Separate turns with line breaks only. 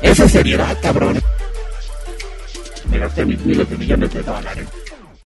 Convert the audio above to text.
Esa seriedad, cabrón. Me gasté mis miles de millones de dólares.